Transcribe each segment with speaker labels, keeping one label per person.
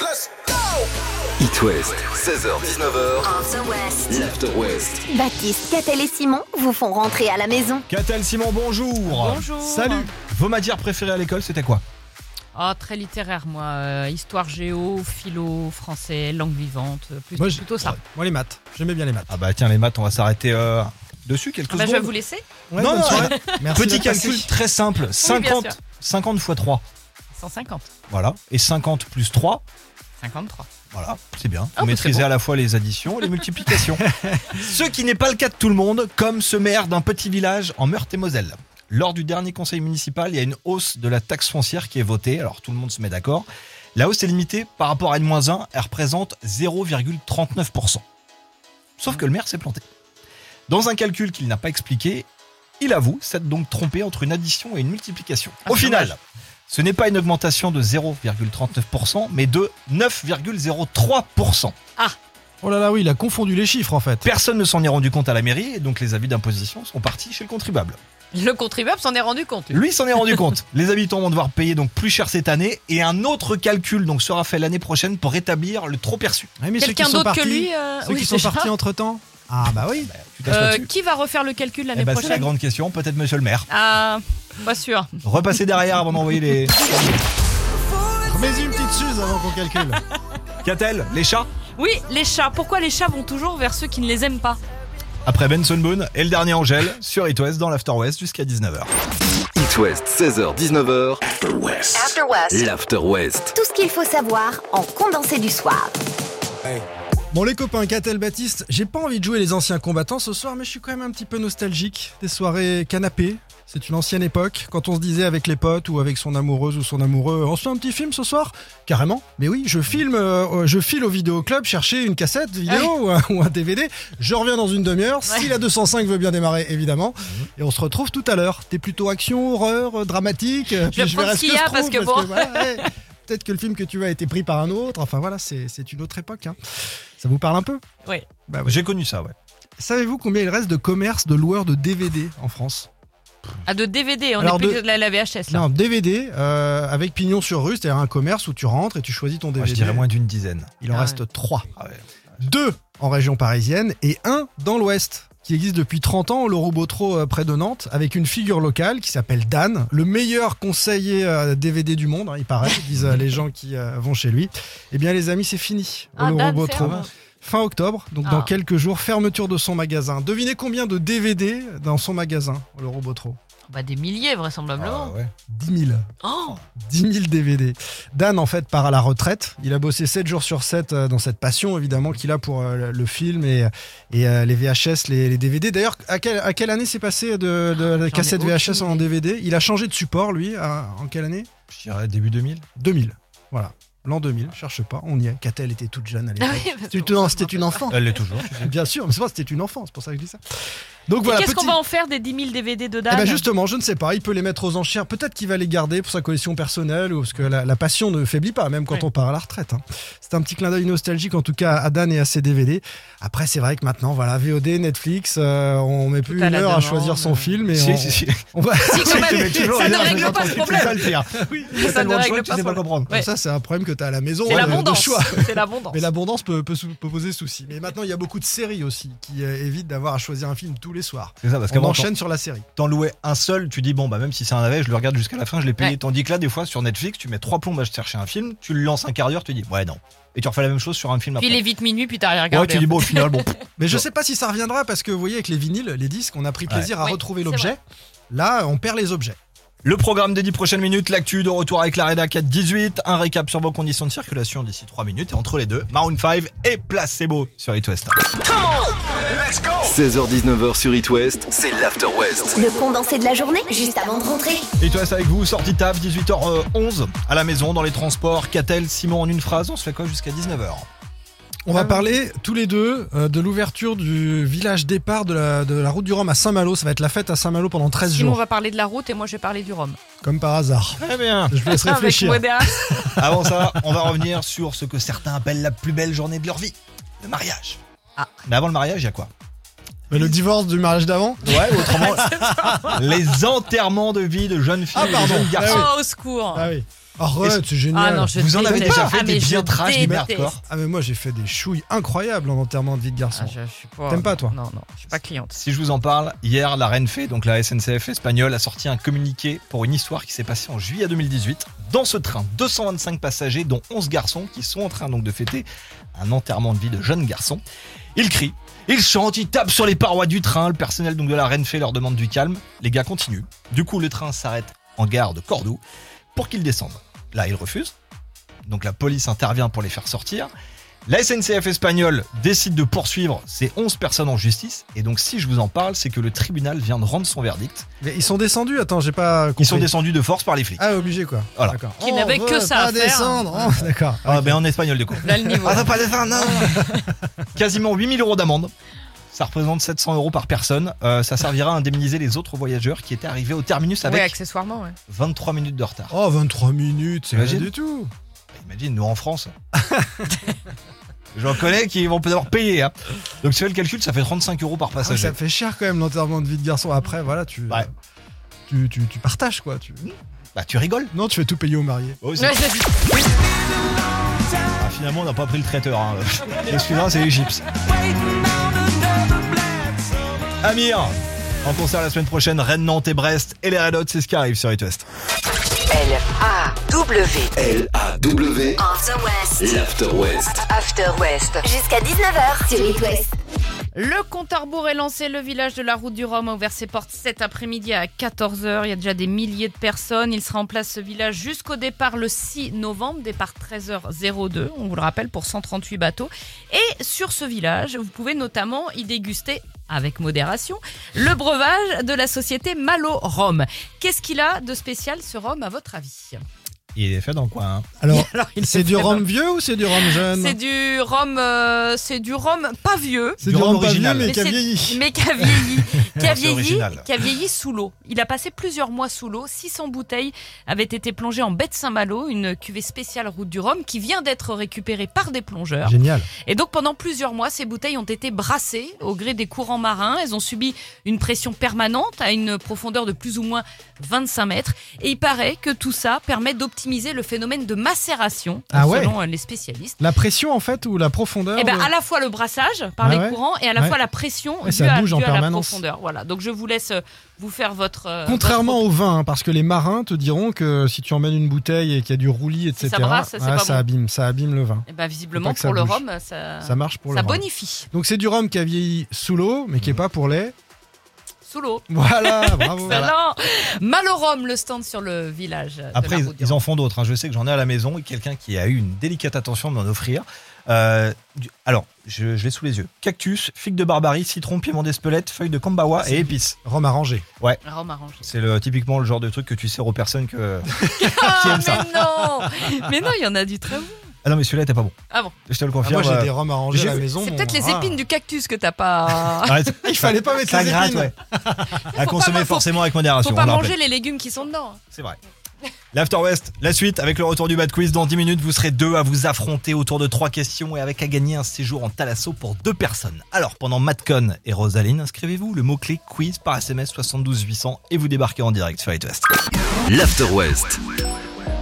Speaker 1: Let's go
Speaker 2: It West, 16h-19h,
Speaker 3: After West.
Speaker 2: l'After West.
Speaker 3: Baptiste, Catel et Simon vous font rentrer à la maison.
Speaker 4: Catel Simon, bonjour.
Speaker 5: Bonjour.
Speaker 4: Salut. Vos matières préférées à l'école, c'était quoi
Speaker 5: Ah, très littéraire, moi. Euh, histoire géo, philo, français, langue vivante. euh, plus-
Speaker 4: Moi, j'ai-
Speaker 5: plutôt ça.
Speaker 4: ouais, Moi, les maths. J'aimais bien les maths. Ah bah tiens, les maths, on va s'arrêter euh, dessus quelques
Speaker 5: Ah bah, je vais
Speaker 4: secondes.
Speaker 5: vous laisser.
Speaker 4: Non, non, arrête.
Speaker 6: Merci
Speaker 4: Petit
Speaker 6: d'être passé.
Speaker 4: calcul très simple. 50,
Speaker 5: sûr.
Speaker 4: 50 fois 3.
Speaker 5: 150.
Speaker 4: Voilà. Et 50 plus 3.
Speaker 5: 53.
Speaker 4: Voilà, c'est bien.
Speaker 5: Ah,
Speaker 4: Vous
Speaker 5: bah,
Speaker 4: maîtrisez
Speaker 5: c'est bon.
Speaker 4: à la fois les additions et les multiplications. ce qui n'est pas le cas de tout le monde, comme ce maire d'un petit village en Meurthe-et-Moselle. Lors du dernier conseil municipal, il y a une hausse de la taxe foncière qui est votée. Alors tout le monde se met d'accord. La hausse est limitée par rapport à N-1. Elle représente 0,39%. Sauf que le maire s'est planté. Dans un calcul qu'il n'a pas expliqué, il avoue s'être donc trompé entre une addition et une multiplication.
Speaker 5: Ah,
Speaker 4: Au
Speaker 5: c'est
Speaker 4: final,
Speaker 5: dommage.
Speaker 4: ce n'est pas une augmentation de 0,39%, mais de 9,03%.
Speaker 6: Oh là là, oui, il a confondu les chiffres en fait.
Speaker 4: Personne ne s'en est rendu compte à la mairie, et donc les avis d'imposition sont partis chez le contribuable.
Speaker 5: Le contribuable s'en est rendu compte.
Speaker 4: Lui s'en est rendu compte. Les habitants vont devoir payer donc plus cher cette année, et un autre calcul donc sera fait l'année prochaine pour rétablir le trop perçu.
Speaker 6: Ouais, mais ceux qui
Speaker 5: Quelqu'un
Speaker 6: sont
Speaker 5: d'autre que
Speaker 6: partis-
Speaker 5: lui. euh,
Speaker 6: Ceux
Speaker 5: oui,
Speaker 6: qui sont
Speaker 5: c'est ça.
Speaker 6: partis entre temps. Ah bah oui.
Speaker 4: Tu t'assois
Speaker 5: Euh,
Speaker 4: dessus
Speaker 5: qui va refaire le calcul l'année
Speaker 4: Eh ben, c'est la
Speaker 5: prochaine
Speaker 4: grande question, peut-être monsieur le maire.
Speaker 5: Ah, pas sûr.
Speaker 4: Repassez derrière avant d'envoyer les...
Speaker 6: Remets-y une petite suze avant qu'on calcule.
Speaker 4: Qu'a-t-elle Les chats
Speaker 5: Oui, les chats. Pourquoi les chats vont toujours vers ceux qui ne les aiment pas
Speaker 4: Après Benson Boone et le dernier Angèle sur It West dans l'After West jusqu'à 19h.
Speaker 2: It West, 16h-19h,
Speaker 1: After West.
Speaker 3: After West.
Speaker 2: l'After West.
Speaker 3: Tout ce qu'il faut savoir en condensé du soir.
Speaker 6: Bon les copains, Catel Baptiste, j'ai pas envie de jouer les anciens combattants ce soir, mais je suis quand même un petit peu nostalgique des soirées canapé. C'est une ancienne époque, quand on se disait avec les potes ou avec son amoureuse ou son amoureux, on se fait un petit film ce soir Carrément, mais oui, je filme, euh, je file au vidéoclub chercher une cassette vidéo
Speaker 5: Ah
Speaker 6: ou, un, ou un DVD, je reviens dans une demi-heure, si la 205 veut bien démarrer évidemment,
Speaker 5: Mhm.
Speaker 6: et on se retrouve tout à l'heure. T'es plutôt action, horreur, euh, dramatique, euh, puis
Speaker 5: vais
Speaker 6: je
Speaker 5: prendre
Speaker 6: verrai
Speaker 5: ce
Speaker 6: ce
Speaker 5: qu'il
Speaker 6: que
Speaker 5: y
Speaker 6: je
Speaker 5: a, parce
Speaker 6: trouve,
Speaker 5: que bon.
Speaker 6: voilà, ouais, Peut-être que le film que tu as a été pris par un autre, enfin voilà, c'est c'est une autre époque. hein. Ça vous parle un peu
Speaker 5: Oui.
Speaker 6: Bah oui.
Speaker 4: J'ai connu ça, ouais.
Speaker 6: Savez-vous combien il reste de commerces de loueurs de DVD en France
Speaker 5: Ah, de DVD. On
Speaker 6: Alors,
Speaker 5: est plus
Speaker 6: de-
Speaker 5: que de la, la VHS là.
Speaker 6: Non, DVD euh, avec pignon sur rue, c'est-à-dire un commerce où tu rentres et tu choisis ton
Speaker 4: Moi, Ah,
Speaker 6: DVD.
Speaker 4: je dirais moins d'une dizaine.
Speaker 6: Il en
Speaker 5: Ah
Speaker 6: reste
Speaker 5: ouais.
Speaker 6: trois.
Speaker 4: Ah ouais.
Speaker 6: Deux en région parisienne et un dans l'ouest qui existe depuis 30 ans au Leroux Botro euh, près de Nantes avec une figure locale qui s'appelle Dan, le meilleur conseiller euh, DVD du monde, hein, il paraît, disent euh, les gens qui euh, vont chez lui. Eh bien les amis, c'est fini au
Speaker 5: Ah,
Speaker 6: Leroux
Speaker 5: Dan,
Speaker 6: Botro.
Speaker 5: ferme.
Speaker 6: Fin octobre, donc dans
Speaker 5: Ah.
Speaker 6: quelques jours, fermeture de son magasin. Devinez combien de DVD dans son magasin, le Robotro
Speaker 5: Bah, des milliers vraisemblablement.
Speaker 4: Ah ouais.
Speaker 6: 10 000.
Speaker 5: Oh
Speaker 6: 10 000 DVD. Dan, en fait, part à la retraite. Il a bossé 7 jours sur 7 euh, dans cette passion, évidemment, qu'il a pour euh, le- le film et, et euh, les VHS, les, les DVD. D'ailleurs, à, quelle- à quelle année s'est passé de, de
Speaker 5: J'en
Speaker 6: la
Speaker 5: ai
Speaker 6: cassette
Speaker 5: aucune
Speaker 6: VHS en DVD Il a changé de support, lui, à- en quelle année
Speaker 4: Je dirais début 2000.
Speaker 6: 2000. Voilà. L'an 2000, cherche pas, on y est. Catel était toute jeune à
Speaker 5: Ah
Speaker 6: l'époque.
Speaker 5: oui, parce
Speaker 6: C'était
Speaker 5: que-
Speaker 6: une- C'était une enfant.
Speaker 4: Elle l'est toujours.
Speaker 6: Bien sûr, mais c'est pas- c'était une enfant, c'est pour ça que je dis ça. Donc
Speaker 5: Et
Speaker 6: voilà.
Speaker 5: Qu'est-ce
Speaker 6: petit-
Speaker 5: qu'on va en faire des 10 000 DVD de Dan
Speaker 6: Eh ben justement, je ne sais pas. Il peut les mettre aux enchères. Peut-être qu'il va les garder pour sa collection personnelle, ou parce que la, la passion ne faiblit pas, même quand
Speaker 5: Ouais.
Speaker 6: on part à la retraite. hein. C'est un petit clin d'œil nostalgique, en tout cas, à Dan et à ses DVD. Après, c'est vrai que maintenant, voilà, VOD, Netflix, euh, on met plus
Speaker 5: à
Speaker 6: une
Speaker 5: la
Speaker 6: heure à
Speaker 5: demande,
Speaker 6: choisir son
Speaker 5: euh.
Speaker 6: film et
Speaker 4: Si,
Speaker 6: on,
Speaker 4: si, si.
Speaker 6: on va.
Speaker 5: Si, quand même.
Speaker 4: toujours
Speaker 5: ça
Speaker 4: une
Speaker 5: ne
Speaker 4: heure,
Speaker 5: règle pas le
Speaker 4: C'est ça
Speaker 5: problème.
Speaker 4: le pire.
Speaker 5: Ça ne
Speaker 4: Tellement de choix
Speaker 5: règle
Speaker 4: que tu sais
Speaker 5: pas le
Speaker 4: pas
Speaker 5: problème.
Speaker 4: comprendre.
Speaker 5: Ouais.
Speaker 6: Ça, c'est un problème que tu as à la maison.
Speaker 5: C'est
Speaker 6: hein, de- de
Speaker 5: l'abondance.
Speaker 6: choix.
Speaker 5: C'est l'abondance.
Speaker 6: Mais l'abondance peut, peut, sou- peut poser souci. Mais maintenant, il y a beaucoup de séries aussi qui euh, évitent d'avoir à choisir un film tous les soirs.
Speaker 4: C'est ça, parce
Speaker 6: On
Speaker 4: qu'avant, t'en-
Speaker 6: enchaîne sur la série.
Speaker 4: t'en louais un seul, tu dis, bon, bah, même si c'est un navet, je le regarde jusqu'à la fin, je l'ai payé.
Speaker 5: Ouais.
Speaker 4: Tandis que là, des fois, sur Netflix, tu mets trois plombes à chercher un film, tu le lances un quart d'heure, tu dis, ouais, non. Et tu refais la même chose sur un film
Speaker 5: Puis
Speaker 4: après.
Speaker 5: il est vite minuit, puis t'as rien
Speaker 4: Ouais,
Speaker 5: regardé. hein.
Speaker 4: tu dis, bon, au final, bon. pff,
Speaker 6: Mais je
Speaker 4: Bon.
Speaker 6: sais pas si ça reviendra parce que vous voyez avec les vinyles, les disques, on a pris plaisir à
Speaker 5: Oui,
Speaker 6: retrouver
Speaker 5: c'est
Speaker 6: l'objet. Là, on perd les objets.
Speaker 4: Le programme des 10 prochaines minutes, l'actu de retour avec la rédac à 18, un récap sur vos conditions de circulation d'ici 3 minutes, et entre les deux, Maroon 5 et Placebo sur It West.
Speaker 2: 16h-19h sur It West, c'est l'After West.
Speaker 3: Le condensé de la journée, juste avant de rentrer.
Speaker 4: Et toi, c'est avec vous, sortie taf, 18h11, euh, à la maison, dans les transports, Catel, Simon en une phrase, on se fait quoi jusqu'à 19h
Speaker 6: On va parler tous les deux euh, de l'ouverture du village départ de la, de la route du Rhum à Saint-Malo. Ça va être la fête à Saint-Malo pendant 13
Speaker 5: Simon
Speaker 6: jours,
Speaker 5: va parler de la route et moi je vais parler du rhum. Ah,
Speaker 6: comme par hasard.
Speaker 4: Très bien
Speaker 6: Je vous laisse
Speaker 5: Avec
Speaker 6: réfléchir.
Speaker 5: modération.
Speaker 4: Avant ça, on va revenir sur ce que certains appellent la plus belle journée de leur vie, le mariage.
Speaker 5: Ah.
Speaker 4: Mais avant le mariage, il y a quoi
Speaker 6: Mais le divorce du mariage d'avant
Speaker 4: Ouais, autrement, les enterrements de vie de jeunes filles
Speaker 6: Ah,
Speaker 4: et de
Speaker 6: pardon.
Speaker 5: Eh
Speaker 4: jeunes garçons.
Speaker 5: Oh, au secours.
Speaker 6: Ah oui. Arrête, c'est
Speaker 5: Ah
Speaker 6: génial.
Speaker 5: non, je
Speaker 4: Vous en avez
Speaker 5: déteste.
Speaker 4: déjà fait
Speaker 5: Ah,
Speaker 4: des
Speaker 5: mais
Speaker 4: bien
Speaker 5: je
Speaker 4: trash, des
Speaker 5: déteste.
Speaker 4: hardcore
Speaker 6: Ah mais moi j'ai fait des chouilles incroyables en enterrement de vie de garçon.
Speaker 5: Ah, je, je suis pas.
Speaker 6: T'aimes pas, toi
Speaker 5: Non, non, je suis pas cliente.
Speaker 4: Si je vous en parle, hier, la Renfe, donc la SNCF espagnole, a sorti un communiqué pour une histoire qui s'est passée en juillet 2018. Dans ce train, 225 passagers, dont 11 garçons, qui sont en train donc de fêter un enterrement de vie de jeunes garçons. Ils crient, ils chantent, ils tapent sur les parois du train. Le personnel donc de la Renfe leur demande du calme. Les gars continuent. Du coup, le train s'arrête en gare de Cordoue pour qu'ils descendent. Là, ils refusent. Donc la police intervient pour les faire sortir. La SNCF espagnole décide de poursuivre ces 11 personnes en justice. Et donc, si je vous en parle, c'est que le tribunal vient de rendre son verdict.
Speaker 6: Mais ils sont descendus, attends, j'ai pas compris.
Speaker 4: Ils sont descendus de force par les flics.
Speaker 6: Ah obligé quoi.
Speaker 4: Voilà.
Speaker 6: D'accord. Oh,
Speaker 5: Qui
Speaker 6: On
Speaker 5: n'avaient
Speaker 6: veut
Speaker 5: que ça
Speaker 6: pas
Speaker 5: à faire.
Speaker 6: descendre. Oh, D'accord.
Speaker 4: Ah, ben en espagnol, du coup.
Speaker 5: Là, le niveau.
Speaker 4: Ah, ça pas les fins, non, non. Quasiment 8000 euros d'amende. Ça représente 700 euros par personne. Euh, ça servira à indemniser les autres voyageurs qui étaient arrivés au terminus
Speaker 5: Oui,
Speaker 4: avec
Speaker 5: accessoirement, ouais.
Speaker 4: 23 minutes de retard.
Speaker 6: Oh 23 minutes, c'est rien
Speaker 4: T'imagines
Speaker 6: du tout.
Speaker 4: Imagine, nous en France. J'en connais qui vont peut-être payer. hein. Donc, si tu fais le calcul, ça fait 35 euros par
Speaker 6: Ah,
Speaker 4: passager.
Speaker 6: ça fait cher quand même l'enterrement de vie de garçon. Après voilà tu
Speaker 4: Ouais.
Speaker 6: tu, tu, tu partages quoi. Tu...
Speaker 4: Bah, tu rigoles.
Speaker 6: Non tu fais tout payer aux mariés.
Speaker 4: Oh, c'est-
Speaker 5: Ouais, c'est-
Speaker 4: Ah, finalement, on n'a pas pris le traiteur. hein. Le suivant, c'est les chips. Amir, en concert la semaine prochaine, Rennes, Nantes et Brest. Et les Red Hot, c'est ce qui arrive sur It West.
Speaker 1: L-A-W.
Speaker 2: L-A-W,
Speaker 3: On the West.
Speaker 2: l'After West.
Speaker 1: After West.
Speaker 3: Jusqu'à 19h sur It West.
Speaker 5: Le compte à rebours est lancé. Le village de la Route du Rhum a ouvert ses portes cet après-midi à 14h. Il y a déjà des milliers de personnes. Il sera en place ce village jusqu'au départ le 6 novembre, départ 13h02. On vous le rappelle pour 138 bateaux. Et sur ce village, vous pouvez notamment y déguster avec modération le breuvage de la société Malo Rhum. Qu'est-ce qu'il a de spécial ce rhum à votre avis
Speaker 4: Il est fait dans le coin. hein.
Speaker 6: Alors
Speaker 5: Alors, il
Speaker 6: c'est
Speaker 5: est
Speaker 6: du
Speaker 5: fait
Speaker 6: rhum vieux ou c'est du rhum jeune
Speaker 5: C'est du rhum, euh, c'est du rhum pas vieux.
Speaker 6: C'est
Speaker 4: du
Speaker 6: du
Speaker 4: rhum
Speaker 6: rhum pas vieux
Speaker 4: original.
Speaker 6: mais
Speaker 5: Mais
Speaker 6: qui a
Speaker 5: c'est-
Speaker 6: vieilli.
Speaker 5: mais qui a vieilli, qui a
Speaker 4: c'est
Speaker 5: vieilli,
Speaker 4: original.
Speaker 5: qui a vieilli sous l'eau. Il a passé plusieurs mois sous l'eau. 600 bouteilles avaient été plongées en baie de Saint-Malo, une cuvée spéciale route du Rhum qui vient d'être récupérée par des plongeurs.
Speaker 6: Génial.
Speaker 5: Et donc pendant plusieurs mois, ces bouteilles ont été brassées au gré des courants marins. Elles ont subi une pression permanente à une profondeur de plus ou moins 25 mètres. Et il paraît que tout ça permet d'optimiser le phénomène de macération,
Speaker 6: Ah ouais.
Speaker 5: selon euh, les spécialistes.
Speaker 6: La pression en fait ou la profondeur euh,
Speaker 5: Eh ben,
Speaker 6: de-
Speaker 5: à la fois le brassage par
Speaker 6: Ah
Speaker 5: les
Speaker 6: ouais
Speaker 5: courants et à la
Speaker 6: Ouais.
Speaker 5: fois la pression
Speaker 6: Ouais,
Speaker 5: due,
Speaker 6: ça
Speaker 5: à,
Speaker 6: bouge
Speaker 5: due
Speaker 6: en
Speaker 5: à la
Speaker 6: permanence.
Speaker 5: profondeur. Voilà. Donc je vous laisse euh, vous faire votre. euh,
Speaker 6: Contrairement
Speaker 5: votre-
Speaker 6: au vin, hein, parce que les marins te diront que si tu emmènes une bouteille et qu'il y a du roulis, etc.,
Speaker 5: ça brasse, c'est
Speaker 6: ah,
Speaker 5: pas
Speaker 6: ça
Speaker 5: bon.
Speaker 6: abîme, ça abîme le vin.
Speaker 5: Eh ben,
Speaker 6: Faut
Speaker 5: visiblement
Speaker 6: pas que ça
Speaker 5: pour le
Speaker 6: bouge.
Speaker 5: rhum, euh, ça,
Speaker 6: Ça marche pour
Speaker 5: ça Mm.
Speaker 6: le rhum.
Speaker 5: bonifie
Speaker 6: Donc c'est du rhum qui a vieilli sous l'eau, mais qui est pas pour lait.
Speaker 5: sous l'eau.
Speaker 6: Voilà, bravo.
Speaker 5: Excellent. Mal au rhum, le stand sur le village.
Speaker 4: Après, ils,
Speaker 5: de la Route du
Speaker 4: ils
Speaker 5: Rhum.
Speaker 4: en font d'autres. hein. Je sais que j'en ai à la maison et quelqu'un qui a eu une délicate attention de m'en offrir. Euh, du- alors, je, je l'ai sous les yeux. Cactus, figue de barbarie, citron, piment d'espelette, feuille de cambawa et épices.
Speaker 6: Rhum arrangé.
Speaker 5: Rhum arrangé.
Speaker 4: C'est le, typiquement le genre de truc que tu sers aux personnes que, qui
Speaker 5: Ah,
Speaker 4: aiment ça.
Speaker 5: mais non Mais non, il y en a du très bon.
Speaker 4: Ah non, mais celui-là était pas bon.
Speaker 5: Ah bon.
Speaker 4: Je te le
Speaker 6: Ah,
Speaker 4: confirme.
Speaker 6: moi j'ai
Speaker 4: euh,
Speaker 6: des rhums arrangés à la
Speaker 4: j'ai-
Speaker 6: maison.
Speaker 5: C'est
Speaker 6: mon
Speaker 5: peut-être les
Speaker 6: marin.
Speaker 5: épines du cactus que t'as
Speaker 6: Ah,
Speaker 5: pas.
Speaker 4: arrête.
Speaker 6: Il fallait pas mettre
Speaker 4: Ça
Speaker 6: les
Speaker 4: gratte,
Speaker 6: épines.
Speaker 4: ouais. À
Speaker 5: pas
Speaker 4: consommer
Speaker 5: mal- faut-
Speaker 4: forcément avec modération.
Speaker 5: Faut
Speaker 4: on
Speaker 5: pas
Speaker 4: le
Speaker 5: manger
Speaker 4: rappelle.
Speaker 5: les légumes qui sont dedans.
Speaker 4: C'est vrai. L'After West, la suite avec le retour du Bad Quiz. Dans 10 minutes, vous serez deux à vous affronter autour de trois questions et avec à gagner un séjour en Thalasso pour deux personnes. Alors, pendant Matcon et Rosaline, inscrivez-vous le mot-clé quiz par SMS 72 800 et vous débarquez en direct sur It West.
Speaker 2: L'After West,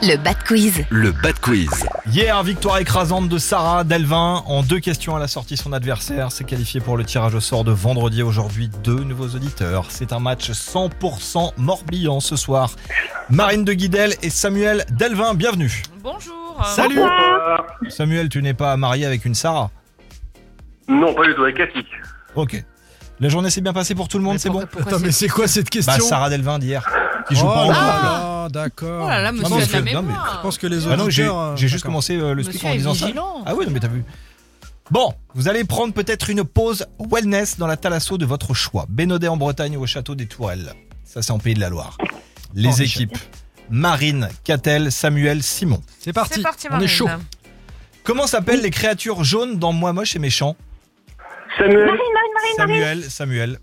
Speaker 3: Le Bad Quiz.
Speaker 2: le Bad Quiz.
Speaker 4: Hier, victoire écrasante de Sarah Delvin. En deux questions, elle a sorti son adversaire. C'est qualifié pour le tirage au sort de vendredi. Aujourd'hui, deux nouveaux auditeurs. C'est un match 100% Morbihan ce soir. Marine de Guidel et Samuel Delvin, bienvenue.
Speaker 5: Bonjour.
Speaker 4: Salut
Speaker 7: Bonsoir.
Speaker 4: Samuel, tu n'es pas marié avec une Sarah
Speaker 7: Non, pas du tout, avec Cathy.
Speaker 4: Ok. La journée s'est bien passée pour tout le monde,
Speaker 5: Mais
Speaker 4: c'est bon
Speaker 5: pourquoi- pourquoi
Speaker 6: Attends, mais
Speaker 5: c'est-
Speaker 6: c'est quoi cette
Speaker 4: Bah,
Speaker 6: question
Speaker 4: Sarah Delvin d'hier, qui joue
Speaker 6: Oh
Speaker 4: pas en couple.
Speaker 6: là là, d'accord.
Speaker 5: Oh là là,
Speaker 6: Non,
Speaker 5: monsieur,
Speaker 6: non,
Speaker 5: de
Speaker 4: parce
Speaker 5: la
Speaker 4: que- non, mais-
Speaker 5: mémoire.
Speaker 6: Je pense que les
Speaker 4: Ah non, j'ai,
Speaker 6: auditeurs. euh,
Speaker 4: j'ai juste
Speaker 6: d'accord.
Speaker 4: commencé euh, le speak
Speaker 5: Monsieur
Speaker 4: en
Speaker 5: est
Speaker 4: disant ça.
Speaker 5: vigilant.
Speaker 4: Ah oui, non, mais t'as vu. Bon, vous allez prendre peut-être une pause wellness dans la thalasso de votre choix. Bénodet en Bretagne ou au château des Tourelles. Ça, c'est en Pays de la Loire. Les
Speaker 6: Henri
Speaker 4: équipes. Marine, Catel, Samuel, Simon.
Speaker 6: C'est parti.
Speaker 5: C'est parti,
Speaker 6: On est
Speaker 5: Marine.
Speaker 6: chaud.
Speaker 4: Comment s'appellent les créatures jaunes dans Moi moche et méchant
Speaker 7: Samuel,
Speaker 4: Samuel, Samuel.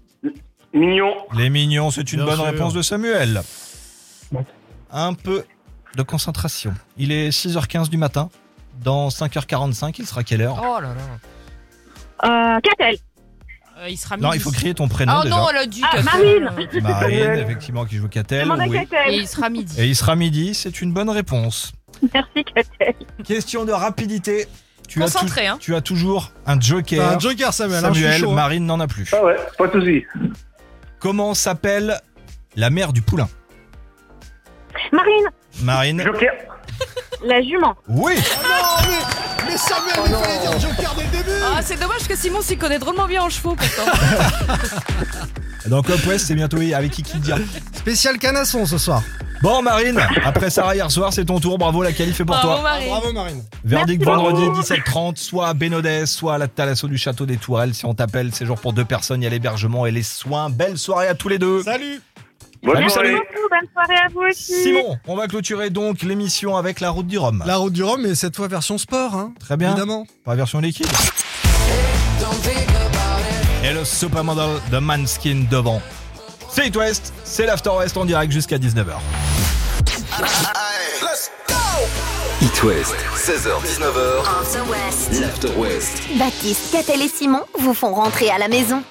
Speaker 7: mignon.
Speaker 4: Les mignons, c'est une
Speaker 6: Bien
Speaker 4: bonne
Speaker 6: sûr.
Speaker 4: réponse de Samuel. Un peu de concentration. Il est 6h15 du matin. Dans 5h45, il sera quelle heure
Speaker 5: Oh là là.
Speaker 8: Euh, Catel.
Speaker 5: Euh, il sera
Speaker 4: Non,
Speaker 5: midi.
Speaker 4: il faut crier ton prénom
Speaker 5: Ah
Speaker 4: déjà.
Speaker 5: non, elle a dit.
Speaker 8: Ah,
Speaker 5: qu'elle-
Speaker 8: Marine.
Speaker 4: Marine,
Speaker 7: Samuel.
Speaker 4: effectivement, qui joue Catel.
Speaker 8: Demande à
Speaker 4: oui.
Speaker 5: Et
Speaker 8: Catel.
Speaker 5: il sera midi.
Speaker 4: Et il sera midi, c'est une bonne réponse.
Speaker 8: Merci, Catel.
Speaker 4: Question de rapidité. Tu as,
Speaker 5: Concentré, hein.
Speaker 4: tou- tu as toujours un
Speaker 6: T'as
Speaker 4: joker.
Speaker 6: un joker, Samuel. hein, je suis
Speaker 4: Samuel,
Speaker 6: chaud, hein.
Speaker 4: Marine n'en a plus.
Speaker 7: Ah ouais, pas de soucis.
Speaker 4: Comment s'appelle la mère du poulain
Speaker 8: Marine,
Speaker 4: Marine
Speaker 7: Joker.
Speaker 8: la jument.
Speaker 4: Oui
Speaker 6: Ah non, mais, mais Samuel, il fallait dire joker dès le début.
Speaker 5: Ah, c'est dommage que Simon s'y connaît drôlement bien en chevaux pourtant.
Speaker 4: Dans Cop West, c'est bientôt avec qui dire.
Speaker 6: Spécial canasson ce soir.
Speaker 4: Bon, Marine, après Sarah hier soir, c'est ton tour. Bravo, la qualif est pour
Speaker 5: Bravo
Speaker 4: toi.
Speaker 5: Marie.
Speaker 6: Bravo Marine.
Speaker 4: Verdict
Speaker 8: Merci
Speaker 4: vendredi
Speaker 8: beaucoup.
Speaker 4: 17h30, soit à Bénodet, soit à la Thalasso du Château des Tourelles. Si on t'appelle, c'est jour pour deux personnes. Il y a l'hébergement et les soins. Belle soirée à tous les deux.
Speaker 6: Salut.
Speaker 7: Bonne
Speaker 4: Salut,
Speaker 7: soirée.
Speaker 4: salut.
Speaker 8: Beaucoup, bonne soirée à vous aussi.
Speaker 4: Simon, on va clôturer donc l'émission avec la route du Rhum.
Speaker 6: La route du Rhum, mais cette fois version sport, hein,
Speaker 4: Très bien.
Speaker 6: évidemment.
Speaker 4: Pas version liquide. Et le supermodel de Manskin devant. C'est It West, c'est l'After West en direct jusqu'à 19h.
Speaker 2: It West, 16h-19h,
Speaker 3: After West.
Speaker 2: l'After West.
Speaker 3: Baptiste, Catel et Simon vous font rentrer à la maison.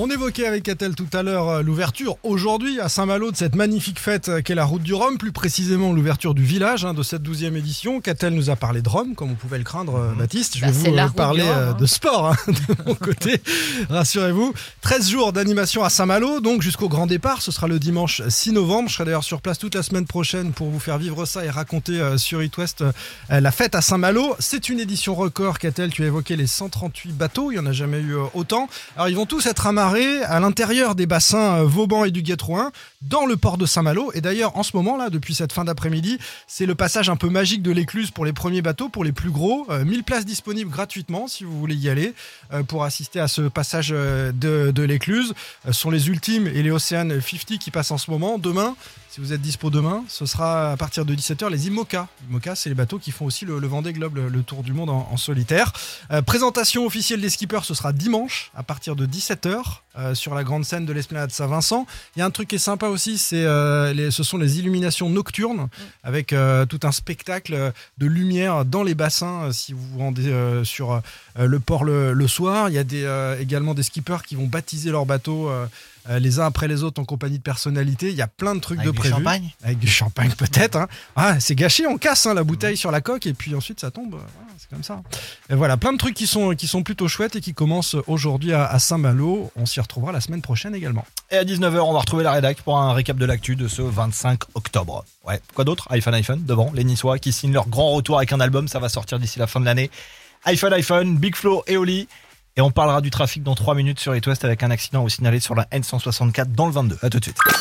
Speaker 6: On évoquait avec Catel tout à l'heure euh, l'ouverture aujourd'hui à Saint-Malo de cette magnifique fête euh, qu'est la route du Rhum, plus précisément l'ouverture du village hein, de cette 12e édition. Catel nous a parlé de Rhum, comme on pouvait le craindre, euh, Baptiste. Je
Speaker 5: Bah,
Speaker 6: vais
Speaker 5: c'est
Speaker 6: vous
Speaker 5: la
Speaker 6: euh,
Speaker 5: route du
Speaker 6: parler
Speaker 5: Rhum,
Speaker 6: euh,
Speaker 5: hein.
Speaker 6: de sport hein, de mon côté, rassurez-vous. 13 jours d'animation à Saint-Malo, donc jusqu'au grand départ. Ce sera le dimanche 6 novembre. Je serai d'ailleurs sur place toute la semaine prochaine pour vous faire vivre ça et raconter euh, sur It West euh, euh, la fête à Saint-Malo. C'est une édition record, Catel. Tu as évoqué les 138 bateaux. Il n'y en a jamais eu euh, autant. Alors, ils vont tous être amarrés à l'intérieur des bassins euh, Vauban et du Guétrouin, dans le port de Saint-Malo. Et d'ailleurs, en ce moment-là, depuis cette fin d'après-midi, c'est le passage un peu magique de l'écluse pour les premiers bateaux, pour les plus gros. Euh, 1000 places disponibles gratuitement si vous voulez y aller euh, pour assister à ce passage euh, de, de l'écluse. Euh, Ce sont les ultimes et les Ocean 50 qui passent en ce moment. Demain, si vous êtes dispo demain, ce sera à partir de 17h les IMOCA. IMOCA, c'est les bateaux qui font aussi le, le Vendée Globe, le, le tour du monde en, en solitaire. Euh, présentation officielle des skippers, ce sera dimanche à partir de 17h euh, sur la grande scène de l'esplanade Saint-Vincent. Il y a un truc qui est sympa aussi, c'est euh, les- ce sont les illuminations nocturnes avec euh, tout un spectacle euh, de lumière dans les bassins euh, si vous vous rendez euh, sur euh, le port le, le soir. Il y a des, euh, également des skippers qui vont baptiser leurs bateaux euh, euh, les uns après les autres en compagnie de personnalités. Il y a plein de
Speaker 4: Ah,
Speaker 6: trucs de prévu. Avec du champagne peut-être. hein. Ah, c'est gâché, on casse hein, la bouteille sur la coque et puis ensuite ça tombe. Voilà, c'est comme ça. Et voilà, plein de trucs qui sont, qui sont plutôt chouettes et qui commencent aujourd'hui à, à Saint-Malo. On s'y retrouvera la semaine prochaine également.
Speaker 4: Et à 19h, on va retrouver la rédac pour un récap de l'actu de ce 25 octobre. Ouais, quoi d'autre iPhone iPhone devant les Niçois qui signent leur grand retour avec un album, ça va sortir d'ici la fin de l'année. iPhone iPhone, Big Flo et Oli. Et on parlera du trafic dans 3 minutes sur It West avec un accident au signalé sur la N164 dans le 22. À tout de suite.